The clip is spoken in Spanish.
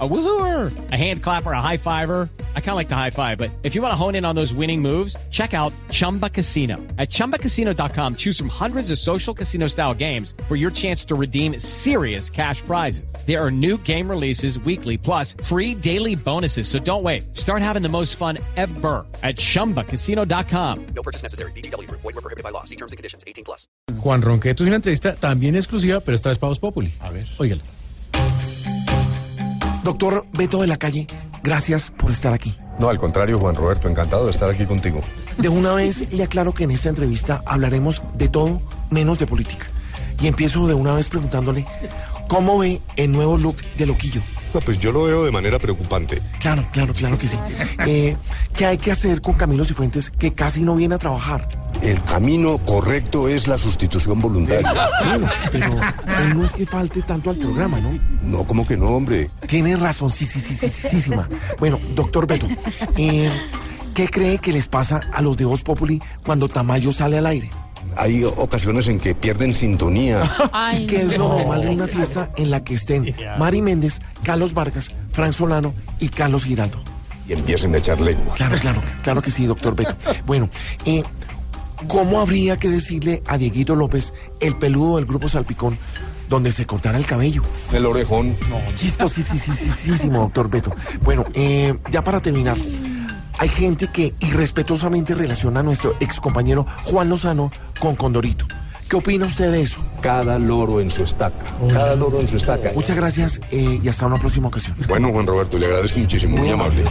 A woohooer, a hand clapper, a high fiver. I kind of like the high five, but if you want to hone in on those winning moves, check out Chumba Casino. At chumbacasino.com, choose from hundreds of social casino style games for your chance to redeem serious cash prizes. There are new game releases weekly, plus free daily bonuses. So don't wait. Start having the most fun ever at chumbacasino.com. No purchase necessary. BGW. Void were prohibited by law. See terms and conditions. 18 plus. Juan Ronqueto hizo una entrevista también exclusiva, pero esta vez para Voz Populi. A ver. Óigala. Doctor Beto de la Calle, gracias por estar aquí. No, al contrario, Juan Roberto, encantado de estar aquí contigo. De una vez le aclaro que en esta entrevista hablaremos de todo menos de política. Y empiezo de una vez preguntándole, ¿cómo ve el nuevo look de Loquillo? No, pues yo lo veo de manera preocupante. Claro, claro, claro que sí. Eh, ¿Qué hay que hacer con Camilo Cifuentes que casi no viene a trabajar? El camino correcto es la sustitución voluntaria. Bueno, pero él no es que falte tanto al programa, ¿no? No, como que no, hombre. Tiene razón, sí, sí, sí, sí, sí, sí, sí, ma. Bueno, doctor Beto, eh, ¿qué cree que les pasa a los de Voz Populi cuando Tamayo sale al aire? Hay ocasiones en que pierden sintonía. ¿Y qué es lo normal en una fiesta en la que estén Mari Méndez, Carlos Vargas, Frank Solano y Carlos Giraldo? Y empiecen a echar lengua. Claro, claro, claro que sí, doctor Beto. Bueno, eh, ¿cómo habría que decirle a Dieguito López, el peludo del grupo Salpicón, donde se cortara el cabello? El orejón. Chisto, sí, sí, sí, sí, sí, sí, doctor Beto. Bueno, eh, ya para terminar, hay gente que irrespetuosamente relaciona a nuestro excompañero Juan Lozano con Condorito. ¿Qué opina usted de eso? Cada loro en su estaca. Cada loro en su estaca. Muchas gracias eh, y hasta una próxima ocasión. Bueno, Juan Roberto, le agradezco muchísimo. Muy amable.